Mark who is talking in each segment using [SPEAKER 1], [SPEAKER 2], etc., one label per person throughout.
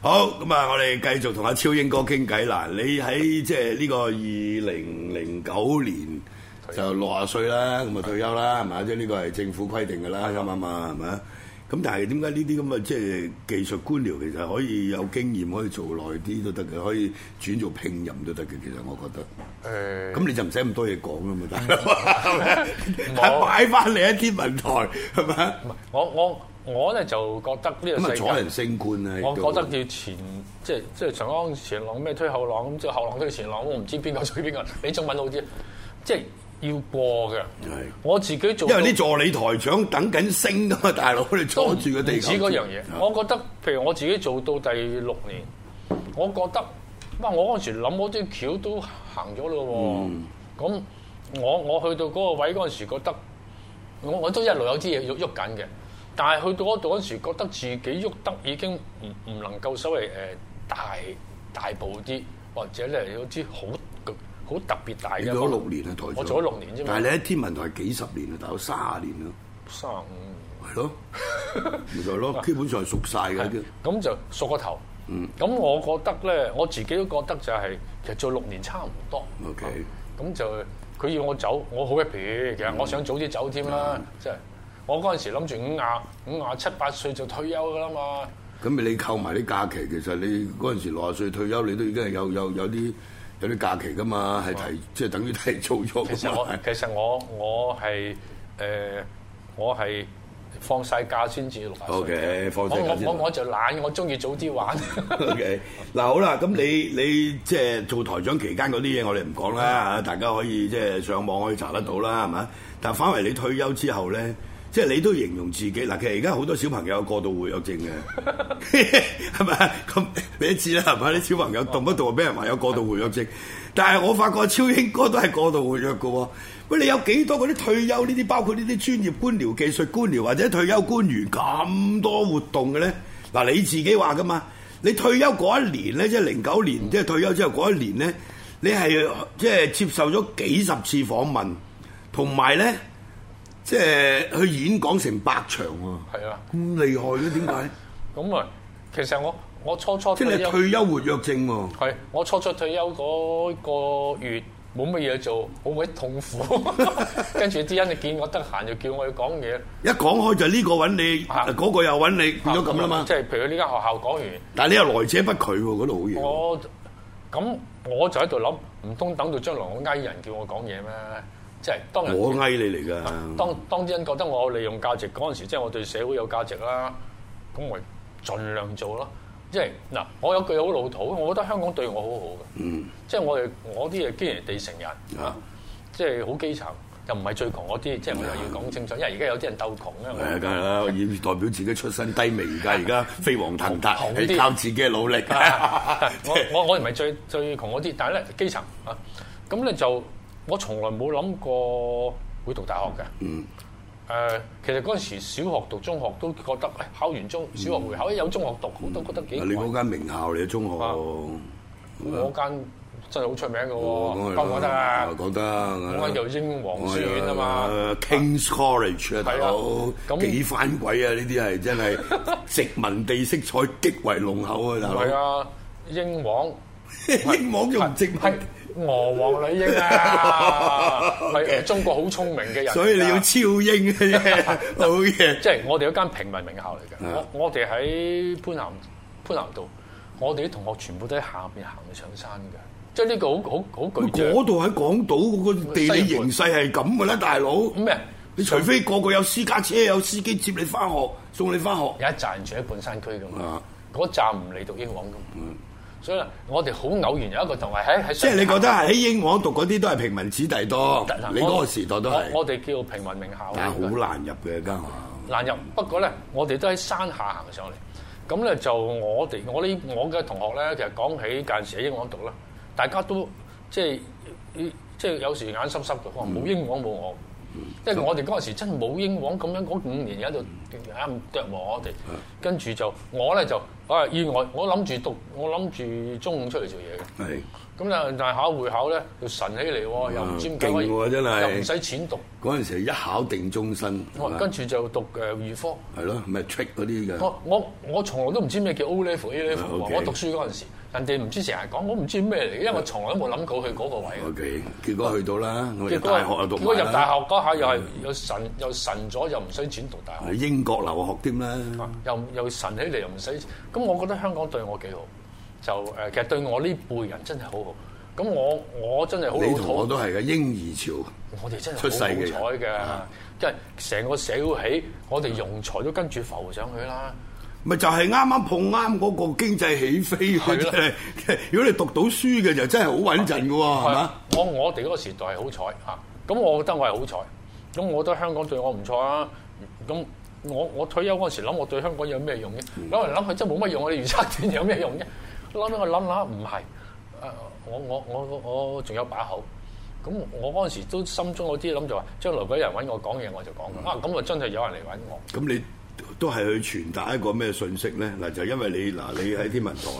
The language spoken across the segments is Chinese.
[SPEAKER 1] 好咁啊！我哋繼續同阿超英哥傾偈啦。你喺即係呢個二零零九年就六啊歲啦，咁啊退休啦，係咪？即係呢個係政府規定㗎啦，啱唔啱啊？係咪啊？咁但係點解呢啲咁嘅即係技術官僚其實可以有經驗，可以做耐啲都得嘅，可以轉做聘任都得嘅。其實我覺得，
[SPEAKER 2] 誒
[SPEAKER 1] 咁你就唔使咁多嘢講啦嘛，大佬係咪？
[SPEAKER 2] 冇
[SPEAKER 1] 擺翻你喺天文台係咪？
[SPEAKER 2] 我我我咧就覺得呢
[SPEAKER 1] 咁
[SPEAKER 2] 個
[SPEAKER 1] 啊，
[SPEAKER 2] 世
[SPEAKER 1] 阻人
[SPEAKER 2] 界，
[SPEAKER 1] 升官啊！亦
[SPEAKER 2] 我
[SPEAKER 1] 都
[SPEAKER 2] 覺得要前即係即係長江前浪咩推後浪咁，即係後浪推前浪，我唔知邊個追邊個。你中文好啲，即係要過嘅。
[SPEAKER 1] 係
[SPEAKER 2] 我自己
[SPEAKER 1] 因
[SPEAKER 2] 做到，
[SPEAKER 1] 為啲助理台長等緊升啊噶嘛，大佬你阻
[SPEAKER 2] 都
[SPEAKER 1] 住個地球。啊
[SPEAKER 2] 唔止嗰樣嘢。我覺得譬如我自己做到第六年，我覺得哇！我嗰陣時諗嗰啲橋都行咗咯
[SPEAKER 1] 嗯
[SPEAKER 2] 喎。咁、我我去到嗰個位嗰陣時，覺得我我都一路有啲嘢喐喐緊嘅，但係去到嗰度嗰陣時，覺得自己喐得已經唔唔能夠所謂誒、呃大大步啲，或者咧有啲好好特別大嘅
[SPEAKER 1] 你
[SPEAKER 2] 一
[SPEAKER 1] 做
[SPEAKER 2] 個。
[SPEAKER 1] 咗六年啊，台長。
[SPEAKER 2] 我做咗六年啫嘛
[SPEAKER 1] 但係你喺天文台幾十年啊，大佬卅年咯，
[SPEAKER 2] 三十五。
[SPEAKER 1] 係 咯，咪就係
[SPEAKER 2] 啊
[SPEAKER 1] 咯，基本上係熟晒嘅。
[SPEAKER 2] 咁就熟個頭。
[SPEAKER 1] 嗯
[SPEAKER 2] 咁我覺得咧，我自己都覺得就係、其實做六年差唔多。
[SPEAKER 1] OK，嗯
[SPEAKER 2] 咁就佢要我走，我好 happy。其實我想早啲走添啦，即係、我嗰陣時諗住五廿五廿七八歲就退休噶啦嘛。
[SPEAKER 1] 咁你扣埋啲假期，其實你嗰陣時六十歲退休，你都已經係有有有啲有啲假期噶嘛，係提即係等於提早咗
[SPEAKER 2] 哦其實
[SPEAKER 1] 㗎
[SPEAKER 2] 我
[SPEAKER 1] 嘛。
[SPEAKER 2] 其實我我係誒、呃我係放晒假先至六啊十歲。
[SPEAKER 1] OK，放晒假先
[SPEAKER 2] 我我我我就懶，我中意早啲玩。
[SPEAKER 1] OK，嗱好啦，咁你你即係做台長期間嗰啲嘢，我哋唔講啦啊嚇，大家可以即係上網可以查得到啦，係咪？但反為你退休之後咧，即係你都形容自己嗱，其實而家好多小朋友有過度活躍症嘅， 係咪？咁你都知啦，係咪？啲小朋友動不動就俾人話有過度活躍症，但係我發覺超英哥都係過度活躍嘅喎。喂，你有幾多嗰啲退休呢啲，包括呢啲專業官僚、技術官僚或者退休官員咁多活動嘅咧？嗱，你自己話噶嘛？你退休嗰一年咧，即係零九年，即係退休之後嗰一年咧，你係即係接受咗幾十次訪問，同埋咧即係去演講成百場喎。
[SPEAKER 2] 係啊，
[SPEAKER 1] 咁厲害嘅點解？
[SPEAKER 2] 咁啊，其實我我初初
[SPEAKER 1] 即係
[SPEAKER 2] 退
[SPEAKER 1] 你
[SPEAKER 2] 休
[SPEAKER 1] 係退休活躍症喎。
[SPEAKER 2] 係，我初初退休嗰個月冇乜嘢做，好鬼 痛苦。跟住啲人就見我得閒，就叫我去講嘢。
[SPEAKER 1] 一講開就呢個揾你，
[SPEAKER 2] 啊
[SPEAKER 1] 嗰個又揾你，變咗啊咁啦嘛
[SPEAKER 2] 即。係譬如呢間學校講完，
[SPEAKER 1] 但係你又來者不拒喎，嗰度好嘢。
[SPEAKER 2] 我咁我就喺度諗，唔通等到將來我嗌人叫我講嘢咩？即係當人
[SPEAKER 1] 我翳你嚟㗎。
[SPEAKER 2] 當當啲人覺得我有利用價值嗰陣時，即係我對社會有價值啦，咁我咪盡量做咯。即係嗱，我有句好老土，我覺得香港對我好好嘅，
[SPEAKER 1] 嗯
[SPEAKER 2] 即係我哋我啲嘢堅人地成人。
[SPEAKER 1] 啊，
[SPEAKER 2] 即係好基層，又唔係最窮嗰啲，即係我又要講清楚，因為而家有啲人鬥窮啊
[SPEAKER 1] 係
[SPEAKER 2] 嘛。
[SPEAKER 1] 梗係啦，要代表自己出身低微而家，而家飛黃騰達
[SPEAKER 2] 紅啲
[SPEAKER 1] 係靠自己嘅努力。即
[SPEAKER 2] 我
[SPEAKER 1] 係
[SPEAKER 2] 我我唔係最最窮嗰啲，但係咧基層啊，咁咧就我從來冇諗過會讀大學嘅。
[SPEAKER 1] 嗯。
[SPEAKER 2] 誒、其實嗰陣時小學讀中學都覺得，哎考完中小學會考，有中學讀，我都覺得幾
[SPEAKER 1] 啊你
[SPEAKER 2] 好。
[SPEAKER 1] 嗰間名校嚟嘅中學，
[SPEAKER 2] 啊
[SPEAKER 1] 哦
[SPEAKER 2] 我間真係好出名嘅
[SPEAKER 1] 講
[SPEAKER 2] 喎，
[SPEAKER 1] 佢
[SPEAKER 2] 包括得啊
[SPEAKER 1] 啦，，講得，
[SPEAKER 2] 我間
[SPEAKER 1] 講
[SPEAKER 2] 就英皇書院啊嘛。
[SPEAKER 1] ，King's College 啊，大佬
[SPEAKER 2] 係啊，咁
[SPEAKER 1] 幾番鬼啊！呢啲係真係 殖民地色彩極為濃厚啊，大
[SPEAKER 2] 係
[SPEAKER 1] 佬。
[SPEAKER 2] 啊，英皇。
[SPEAKER 1] 英皇用殖民
[SPEAKER 2] 係
[SPEAKER 1] 地，
[SPEAKER 2] 娥皇女英啊，係中國好聰明嘅人。
[SPEAKER 1] 所以你要超英嘅啫，
[SPEAKER 2] 啊
[SPEAKER 1] 好嘢。
[SPEAKER 2] 即係我哋嗰間平民名校嚟嘅。我我哋喺潘南潘南道，我哋啲同學全部都喺下面行上山嘅。即係呢個好好好巨象
[SPEAKER 1] 嗰度喺港島嗰個地理形勢係咁嘅啦，大佬。
[SPEAKER 2] 咁咩？
[SPEAKER 1] 你除非個個有私家車，有司機接你翻學，送你翻學。
[SPEAKER 2] 有一紮人住喺半山區㗎嘛
[SPEAKER 1] 啊，
[SPEAKER 2] 嗰站唔嚟讀英皇㗎嘛。所以咧，我哋好偶然有一個同學喺喺
[SPEAKER 1] 即係
[SPEAKER 2] 上
[SPEAKER 1] 你覺得係喺英皇讀嗰啲都係平民子弟多
[SPEAKER 2] 嗱，
[SPEAKER 1] 你嗰個時代都係。
[SPEAKER 2] 我我哋叫平民名校嚟嘅。
[SPEAKER 1] 但係好難入嘅間學
[SPEAKER 2] 難入。不過咧，我哋都喺山下行上嚟。咁咧就我哋我呢我嘅同學咧，其實講起嗰陣時喺英皇讀啦，
[SPEAKER 1] 嗯
[SPEAKER 2] 大家都即係即係有時眼濕濕嘅，我話冇英皇冇我。因為我哋嗰陣時真係冇英皇咁樣，嗰五年喺度啊啄磨我哋，
[SPEAKER 1] 嗯
[SPEAKER 2] 跟住就我咧就啊意外，我諗住讀，我諗住中午出嚟做嘢嘅。
[SPEAKER 1] 係
[SPEAKER 2] 咁但但係考會考咧，又神起嚟喎，又唔知點解可以
[SPEAKER 1] 嗯勁喎真係嗯
[SPEAKER 2] 又唔使錢讀，
[SPEAKER 1] 嗰陣時一考定終身，
[SPEAKER 2] 我
[SPEAKER 1] 係嘛
[SPEAKER 2] 跟住就讀誒預科。
[SPEAKER 1] 係咯，咪 trick 嗰啲嘅，
[SPEAKER 2] 我我我從來都唔知咩叫 O level A level
[SPEAKER 1] 啊，OK 嗯
[SPEAKER 2] 喎我讀書嗰陣時，人哋唔知成日講，我唔知咩嚟，因為我從來都冇諗過去嗰個位嘅。
[SPEAKER 1] OK，結果去到啦，我入
[SPEAKER 2] 結果
[SPEAKER 1] 大學又讀
[SPEAKER 2] 結果
[SPEAKER 1] 埋
[SPEAKER 2] 入大
[SPEAKER 1] 啦，嗯
[SPEAKER 2] 學嗰下又係又神又神咗，又唔使錢讀大學，啊
[SPEAKER 1] 喺英國留學添啦，
[SPEAKER 2] 又又神起嚟又唔使。咁我覺得香港對我幾好，就誒其實對我呢輩人真係好好。咁我我真係好
[SPEAKER 1] 你
[SPEAKER 2] 老
[SPEAKER 1] 同我
[SPEAKER 2] 土，
[SPEAKER 1] 都係嘅，嬰兒潮。
[SPEAKER 2] 我哋真
[SPEAKER 1] 出世嘅嗯
[SPEAKER 2] 係好好彩嘅，因為成個社會起，我哋庸才都跟住浮上去啦。
[SPEAKER 1] 咪就係啱啱碰啱嗰個經濟起飛嗰啲
[SPEAKER 2] 係啦
[SPEAKER 1] 咧 如果你讀到書嘅就真係好穩陣嘅喎，係嘛？
[SPEAKER 2] 我我哋嗰個時代係好彩嚇，咁我覺得我係好彩，咁我覺得香港對我唔錯啊，咁我我退休嗰陣時諗我對香港有咩用啫？
[SPEAKER 1] 嗯
[SPEAKER 2] 諗嚟諗去真係冇乜用，我哋預測點有咩用啫？諗起我諗諗唔係，誒我我我我我仲有把口。咁我嗰陣時都心中有啲諗就話，將來嗰啲人揾我講嘢我就講，
[SPEAKER 1] 嗯
[SPEAKER 2] 啊咁啊真係有人嚟揾我，
[SPEAKER 1] 咁你都係去傳達一個咩信息咧？嗱，就因為你嗱，你喺天文台，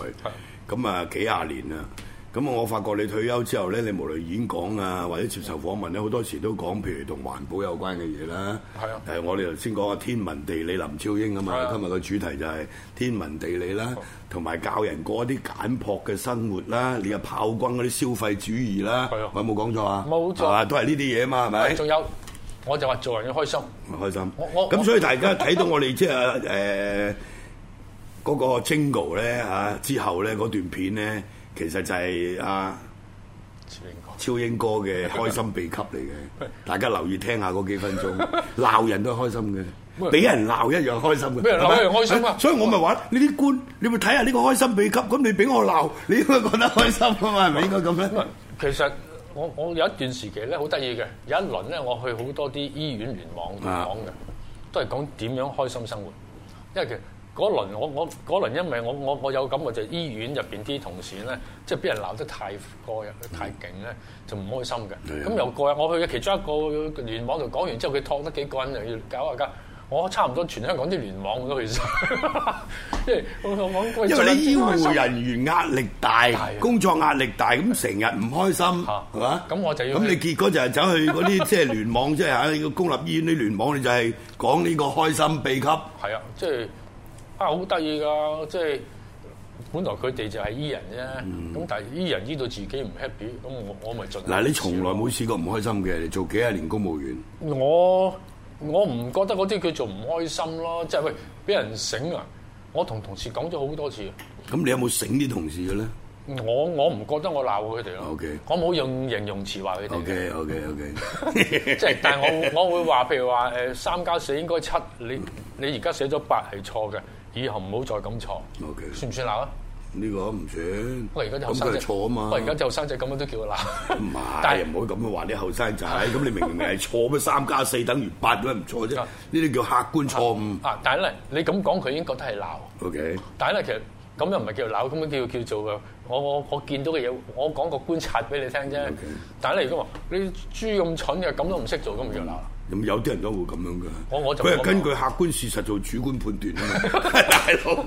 [SPEAKER 1] 咁啊幾廿年啦。咁我發覺你退休之後咧，你無論演講啊，或者接受訪問咧，好多時都講譬如同環保有關嘅嘢啦。
[SPEAKER 2] 係啊
[SPEAKER 1] 誒，我哋頭先講啊天文地理林超英啊
[SPEAKER 2] 係
[SPEAKER 1] 嘛，
[SPEAKER 2] 啊
[SPEAKER 1] 今日個主題就係天文地理啦，同埋教人過一啲簡樸嘅生活啦。你啊炮轟嗰啲消費主義啦，
[SPEAKER 2] 係啊
[SPEAKER 1] 我有冇講錯啊？
[SPEAKER 2] 冇錯
[SPEAKER 1] 係嘛，都係呢啲嘢嘛，係咪？
[SPEAKER 2] 仲有我就話做人要開心，
[SPEAKER 1] 開心
[SPEAKER 2] 我我。
[SPEAKER 1] 咁
[SPEAKER 2] 我
[SPEAKER 1] 所以大家睇到我哋即 係誒嗰個 Jingle 咧嚇之後咧嗰段片咧，其實就係阿
[SPEAKER 2] 慈玲哥
[SPEAKER 1] 超英哥嘅開心秘笈嚟 嘅。大家留意聽下嗰幾分鐘，鬧人都係開心嘅，
[SPEAKER 2] 咩
[SPEAKER 1] 俾人鬧一樣開心嘅，
[SPEAKER 2] 俾人鬧
[SPEAKER 1] 係咪
[SPEAKER 2] 一樣開心啊
[SPEAKER 1] 所以我咪話呢啲官，你咪睇下呢個開心秘笈，咁你俾我鬧，你應該覺得開心啊嘛，係咪應該咁咧？
[SPEAKER 2] 其實我我有一段時期咧好得意嘅，有一輪咧我去好多啲醫院聯網
[SPEAKER 1] 啊
[SPEAKER 2] 講嘅，都係講點樣開心生活。因為其實嗰輪我我嗰輪因為我我我有感覺就係醫院入邊啲同事咧，即係俾人鬧得太過癮太勁咧，就唔開心
[SPEAKER 1] 係
[SPEAKER 2] 嘅。
[SPEAKER 1] 啊
[SPEAKER 2] 咁又過癮，我去嘅其中一個聯網度講完之後，佢托得幾個人又要搞下㗎。我差唔多全香港啲聯網都去晒， 因為我我我
[SPEAKER 1] 因為你醫
[SPEAKER 2] 開心
[SPEAKER 1] 護人員壓力大
[SPEAKER 2] 大啊，
[SPEAKER 1] 工作壓力大，咁成日唔開心，
[SPEAKER 2] 嚇
[SPEAKER 1] 係嘛？
[SPEAKER 2] 咁我就要
[SPEAKER 1] 咁
[SPEAKER 2] 去
[SPEAKER 1] 你結果就係走去嗰啲即係聯網，即係喺個公立醫院啲聯網，你就係講呢個開心秘笈，
[SPEAKER 2] 係啊，即係啊好得意㗎，即係本來佢哋就係 E 醫人啫，咁、但係醫人醫到自己唔 happy，咁我我咪盡
[SPEAKER 1] 嗯嗱，你從來冇試過唔開心嘅，你做幾廿年公務員，
[SPEAKER 2] 我我唔覺得嗰啲叫做唔開心咯，即係喂俾人醒啊！我同同事講咗好多次，
[SPEAKER 1] 咁你有冇醒啲同事 嘅咧
[SPEAKER 2] 我我唔覺得我鬧過佢哋咯
[SPEAKER 1] OK
[SPEAKER 2] 我冇用形容詞話佢哋
[SPEAKER 1] ？OK
[SPEAKER 2] 嘅
[SPEAKER 1] OK OK，
[SPEAKER 2] 即係，但係 我我會話，譬如話誒三加四應該七，你你而家寫咗八係錯嘅，以後唔好再咁錯，
[SPEAKER 1] OK
[SPEAKER 2] 算唔算鬧啊？
[SPEAKER 1] 呢個唔
[SPEAKER 2] 我而家
[SPEAKER 1] 算，咁
[SPEAKER 2] 啲後生
[SPEAKER 1] 佢係
[SPEAKER 2] 仔
[SPEAKER 1] 錯啊嘛
[SPEAKER 2] 我。而家啲後生仔咁樣都叫我鬧，
[SPEAKER 1] 唔
[SPEAKER 2] 但
[SPEAKER 1] 係
[SPEAKER 2] 係，
[SPEAKER 1] 唔好咁樣話啲後生仔，咁你明明係錯咩？三加四等於八，咁唔錯啫。呢啲叫客觀錯誤。
[SPEAKER 2] 啊！但係咧，你咁講佢已經覺得係鬧，
[SPEAKER 1] OK。
[SPEAKER 2] 但係咧其實咁又唔係叫鬧，咁樣叫叫做誒我我我見到嘅嘢，我講個觀察俾你聽啫。
[SPEAKER 1] 嗯 OK
[SPEAKER 2] 但係咧，如果話你豬咁蠢嘅，咁都唔識做，咁咪叫鬧。
[SPEAKER 1] 咁有啲人都會咁樣噶，
[SPEAKER 2] 我我就
[SPEAKER 1] 佢
[SPEAKER 2] 冇
[SPEAKER 1] 係根據客觀事實做主觀判斷啊嘛， 大佬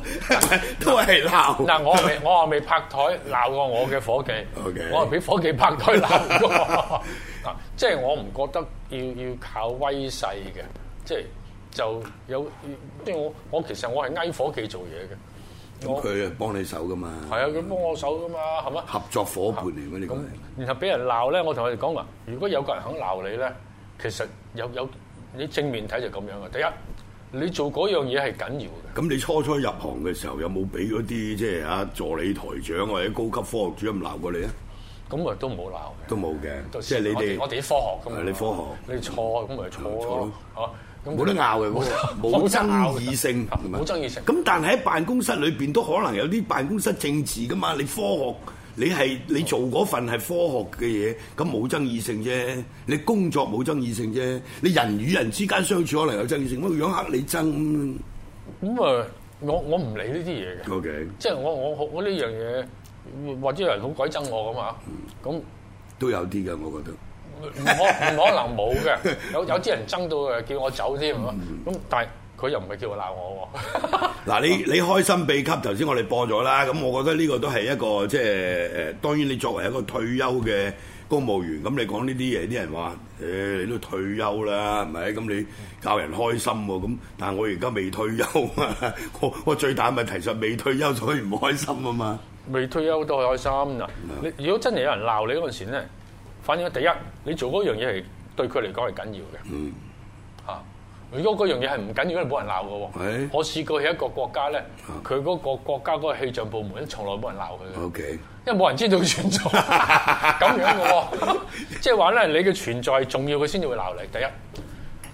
[SPEAKER 1] 都係鬧。
[SPEAKER 2] 嗱，我未我話未拍台鬧過我嘅伙計
[SPEAKER 1] OK
[SPEAKER 2] 我係俾伙計拍台 鬧過。嗱，即係我唔覺得要要靠威勢嘅，即係就有，即係我我其實我係挨伙計做嘢嘅，我
[SPEAKER 1] 咁佢係幫你手噶嘛，
[SPEAKER 2] 係啊，佢幫我手噶嘛，係咪？
[SPEAKER 1] 合作伙伴嚟嘅呢個係
[SPEAKER 2] 咁然後俾人鬧咧，我同佢哋講話，如果有個人肯鬧你咧，其實有有你正面睇就咁樣嘅。第一，你做嗰樣嘢係緊要嘅。
[SPEAKER 1] 咁你初初入行嘅時候有冇俾嗰啲即係啊助理台長或者高級科學主任鬧過你啊？
[SPEAKER 2] 咁啊都冇鬧嘅。
[SPEAKER 1] 都冇嘅，即係你
[SPEAKER 2] 我我
[SPEAKER 1] 哋
[SPEAKER 2] 哋啲科學咁啊
[SPEAKER 1] 係你科學
[SPEAKER 2] 你錯咁咪錯
[SPEAKER 1] 錯
[SPEAKER 2] 咯
[SPEAKER 1] 咯，
[SPEAKER 2] 嚇咁
[SPEAKER 1] 冇得拗嘅，冇冇爭議性，係咪
[SPEAKER 2] 冇爭議性。
[SPEAKER 1] 咁但係喺辦公室裏邊都可能有啲辦公室政治噶嘛，你科學。你係你做嗰份係科學嘅嘢，咁冇爭議性啫。你工作冇爭議性啫。你人與人之間相處可能有爭議性，乜樣黑你爭
[SPEAKER 2] 咁啊，我我唔理呢啲嘢嘅，
[SPEAKER 1] ？O K，
[SPEAKER 2] 即係我我好我呢樣嘢，或者有人好鬼憎我咁啊，咁
[SPEAKER 1] 都有啲嘅，我覺得。
[SPEAKER 2] 唔可唔可能冇嘅，有有啲人爭到誒叫我走添，咁但係佢又唔係叫我鬧我喎。
[SPEAKER 1] 嗱，
[SPEAKER 2] 哦
[SPEAKER 1] 你你開心秘笈頭先我哋播咗啦，咁我覺得呢個都係一個即係誒，當然你作為一個退休嘅公務員，咁你講呢啲嘢，啲人話誒、你都退休啦，係咪？咁你教人開心喎，咁但係我而家未退休啊， 我我最大問題就係未退休所以唔開心啊嘛。
[SPEAKER 2] 未退休都係開心嗱。你如果真係有人鬧你嗰陣時咧，反映第一，你做嗰樣嘢係對佢嚟講係緊要嘅。嗯。嚇、如果嗰樣嘢係唔緊要咧，冇人鬧嘅
[SPEAKER 1] 係
[SPEAKER 2] 喎。我試過喺一個國家咧
[SPEAKER 1] 啊，
[SPEAKER 2] 佢嗰個國家嗰個氣象部門咧，從來冇人鬧佢嘅。
[SPEAKER 1] OK，
[SPEAKER 2] 因為冇人知道佢 存在，咁樣嘅喎，即係話咧，你嘅存在重要，佢先至會鬧你。第一，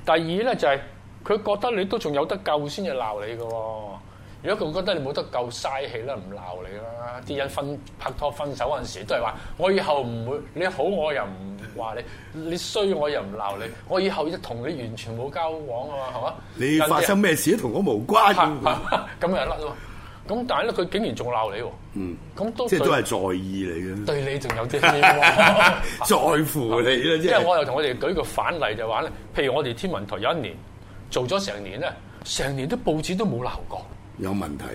[SPEAKER 2] 第二咧就係、佢覺得你都仲有得救先至鬧你嘅喎。如果佢覺得你冇得救，嘥氣啦，唔鬧你啦。啲人分拍拖分手嗰陣時都係話：我以後唔會你好，我又唔話你；你衰，我又唔鬧你。我以後同你完全冇交往啊嘛，係嘛？
[SPEAKER 1] 你發生咩事都同我無關
[SPEAKER 2] 人 哋咁又甩喎。咁但係咧，佢竟然仲鬧你喎。嗯。咁都
[SPEAKER 1] 即係
[SPEAKER 2] 對
[SPEAKER 1] 都係在意你
[SPEAKER 2] 對你仲有啲希望。
[SPEAKER 1] 嘅，在乎你啦， 即
[SPEAKER 2] 因為
[SPEAKER 1] 係
[SPEAKER 2] 我又同我哋舉個反例就話咧，譬如我哋天文台有一年做咗成年咧，成年啲報紙都冇鬧過，
[SPEAKER 1] 有問題，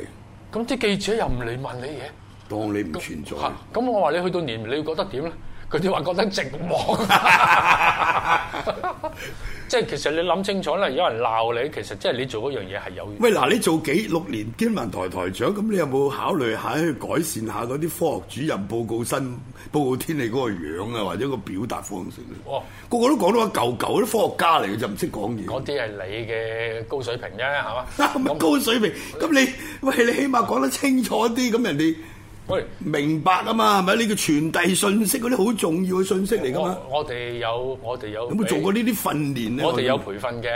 [SPEAKER 2] 咁啲記者又唔嚟問你嘢，
[SPEAKER 1] 當你唔存在。
[SPEAKER 2] 嚇咁我話你去到年尾，你會覺得點咧？佢哋話覺得寂 寞，即係其實你諗清楚啦，有人鬧你，其實即係你做嗰樣嘢係有。
[SPEAKER 1] 喂，嗱，你做幾六年天文台台長，咁你有冇考慮下去改善下嗰啲科學主任報告新報告天氣嗰個樣啊，或者個表達方式咧？
[SPEAKER 2] 哦，
[SPEAKER 1] 個個都講到一嚿嚿，啲科學家嚟嘅就唔識講嘢。
[SPEAKER 2] 嗰啲係你嘅高水平啫，係嘛？
[SPEAKER 1] 咁高水平，咁你喂你起碼講得清楚啲，咁人哋
[SPEAKER 2] 喂。
[SPEAKER 1] 明白啊嘛，係咪？你叫傳遞信息嗰啲好重要嘅信息嚟噶嘛？
[SPEAKER 2] 我我哋有我哋有
[SPEAKER 1] 啊有冇做過呢啲訓練咧？
[SPEAKER 2] 我哋有培訓嘅，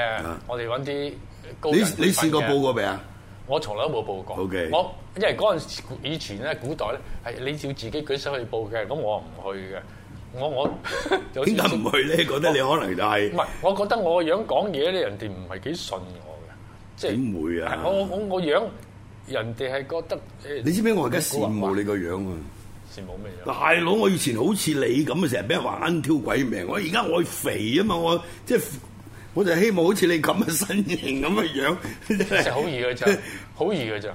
[SPEAKER 2] 我哋揾啲高人
[SPEAKER 1] 啊你你試過
[SPEAKER 2] 培訓嘅
[SPEAKER 1] 報過未啊？
[SPEAKER 2] 我從來都冇報過。
[SPEAKER 1] OK
[SPEAKER 2] 我因為嗰陣時以前咧，古代咧係你照自己舉手去報嘅，咁我唔去嘅。我我 有
[SPEAKER 1] 點
[SPEAKER 2] 少少
[SPEAKER 1] 解唔去咧？覺得你可能就係
[SPEAKER 2] 唔係，我覺得我個樣講嘢咧，人哋唔係幾信我嘅，即係
[SPEAKER 1] 點會啊
[SPEAKER 2] 係我我我個樣，人哋係覺得誒，
[SPEAKER 1] 你知唔知我而家羨慕
[SPEAKER 2] 你
[SPEAKER 1] 你個樣啊？
[SPEAKER 2] 羨慕咩樣？
[SPEAKER 1] 大佬，我以前好似你咁啊，成日俾人話啱挑鬼命。我而家我肥啊嘛，我即係我就希望好似你咁嘅身形咁嘅樣，真
[SPEAKER 2] 其實好
[SPEAKER 1] 係
[SPEAKER 2] 易 嘅咋，好易嘅咋。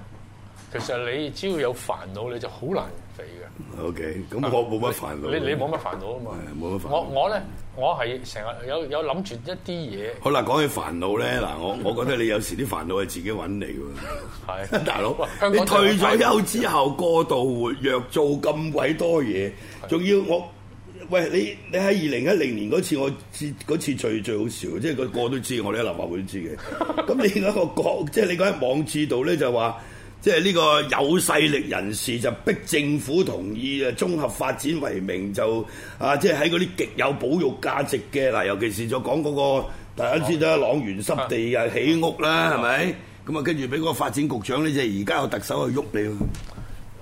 [SPEAKER 2] 其實你只要有煩惱，你就好難肥嘅。
[SPEAKER 1] OK，咁我啊冇乜煩惱。
[SPEAKER 2] 你你冇乜煩惱啊嘛
[SPEAKER 1] 係，冇乜煩惱
[SPEAKER 2] 我我咧，我係成日有有諗住一啲嘢
[SPEAKER 1] 好啦，講起煩惱咧，嗱，我我覺得你有時啲煩惱係自己揾嚟喎。
[SPEAKER 2] 係，
[SPEAKER 1] 大佬
[SPEAKER 2] 喂，
[SPEAKER 1] 你
[SPEAKER 2] 香港真係
[SPEAKER 1] 退
[SPEAKER 2] 好
[SPEAKER 1] 咗
[SPEAKER 2] 快
[SPEAKER 1] 休之後過度活躍，做咁鬼多嘢，仲要我喂你你喺二零一零年嗰次我次嗰次最最好笑，即係個個都知，我哋喺立法會都知 嘅。咁你嗰個國，即係你嗰喺網誌度咧就話。即係呢個有勢力人士就逼政府同意啊，綜合發展為名就啊，即係喺嗰啲極有保育價值嘅嗱，尤其是就講嗰、個大家知
[SPEAKER 2] 哦
[SPEAKER 1] 道啦，朗園濕地啊起屋啦，係咪？咁啊，跟住俾嗰個發展局長呢，就而家有特首去喐你喎。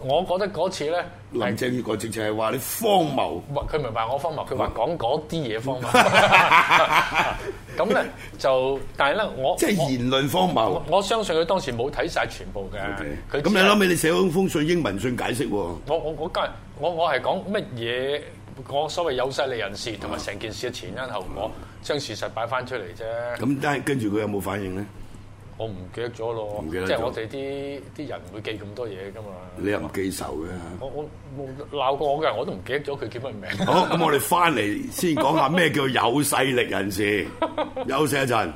[SPEAKER 2] 我覺得嗰次咧，
[SPEAKER 1] 林鄭月娥直情係話你荒 謬，
[SPEAKER 2] 唔係佢唔係話我荒謬，佢話講嗰啲嘢荒 謬。 咁咧就，但係咧我
[SPEAKER 1] 即係言論荒
[SPEAKER 2] 我
[SPEAKER 1] 謬。
[SPEAKER 2] 我相信佢當時冇睇晒全部嘅
[SPEAKER 1] OK，。
[SPEAKER 2] 佢
[SPEAKER 1] 咁
[SPEAKER 2] 啊只
[SPEAKER 1] 你
[SPEAKER 2] 係
[SPEAKER 1] 諗起你寫嗰封信英文信解釋喎，
[SPEAKER 2] 我我我今日我我係講乜嘢？我所謂有勢力人士同埋成件事嘅前因後果，將事實擺翻出嚟啫。
[SPEAKER 1] 嗯咁但係跟住佢有冇反應咧？
[SPEAKER 2] 我唔記得咗咯，
[SPEAKER 1] 唔記
[SPEAKER 2] 即
[SPEAKER 1] 得咗
[SPEAKER 2] 係我哋啲啲人唔會記咁多嘢噶嘛。
[SPEAKER 1] 你又唔記仇嘅。
[SPEAKER 2] 我我冇鬧過我嘅人，我都唔記得咗佢叫乜名。
[SPEAKER 1] 好，咁我哋翻嚟先講下咩叫有勢力人士，休息一陣。